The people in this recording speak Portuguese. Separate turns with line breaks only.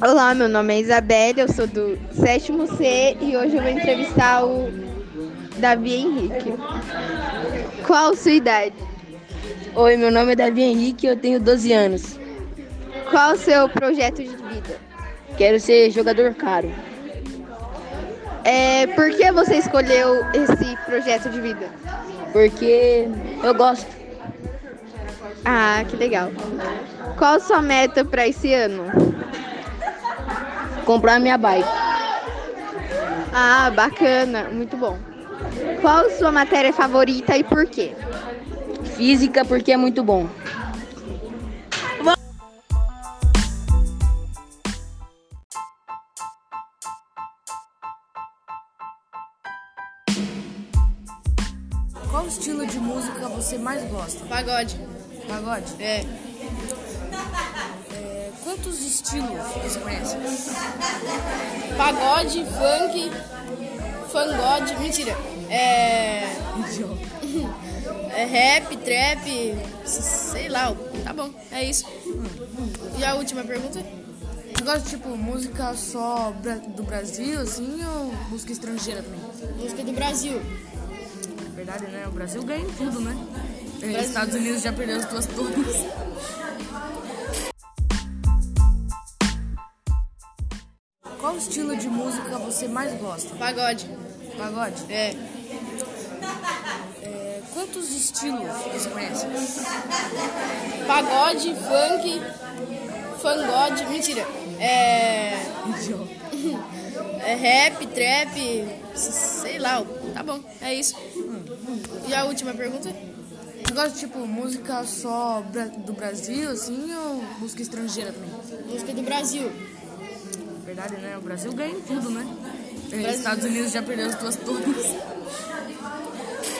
Olá, meu nome é Isabelle, eu sou do sétimo C e hoje eu vou entrevistar o Davi Henrique. Qual a sua idade?
Oi, meu nome é Davi Henrique e eu tenho 12 anos.
Qual o seu projeto de vida?
Quero ser jogador caro.
É, por que você escolheu esse projeto de vida?
Porque eu gosto.
Ah, que legal. Qual a sua meta para esse ano?
Comprar minha bike.
Ah, bacana, muito bom. Qual a sua matéria favorita e por quê?
Física, porque é muito bom.
Qual estilo de música você mais gosta?
Pagode.
Pagode?
É.
É, quantos estilos você conhece?
Pagode, funk, fangode. Mentira. É. É rap, trap, sei lá. Tá bom, é isso. E a última pergunta?
Você gosta tipo música só bra- do Brasil, assim, ou música estrangeira também?
Música do Brasil.
Na verdade, né? O Brasil ganha em tudo, né? Os
Brasil.
Estados Unidos já perdeu as duas todas. Qual estilo de música você mais gosta?
Pagode.
Pagode?
É.
É, quantos estilos você conhece?
Pagode, funk, fangode. Mentira. É. É rap, trap, sei lá. Tá bom, é isso. E a última pergunta?
Você gosta tipo música só bra- do Brasil, assim, ou música estrangeira também?
Música do Brasil.
Na verdade, né? O Brasil ganha em tudo, né? Os
Brasil.
Estados Unidos já perdeu as duas todas.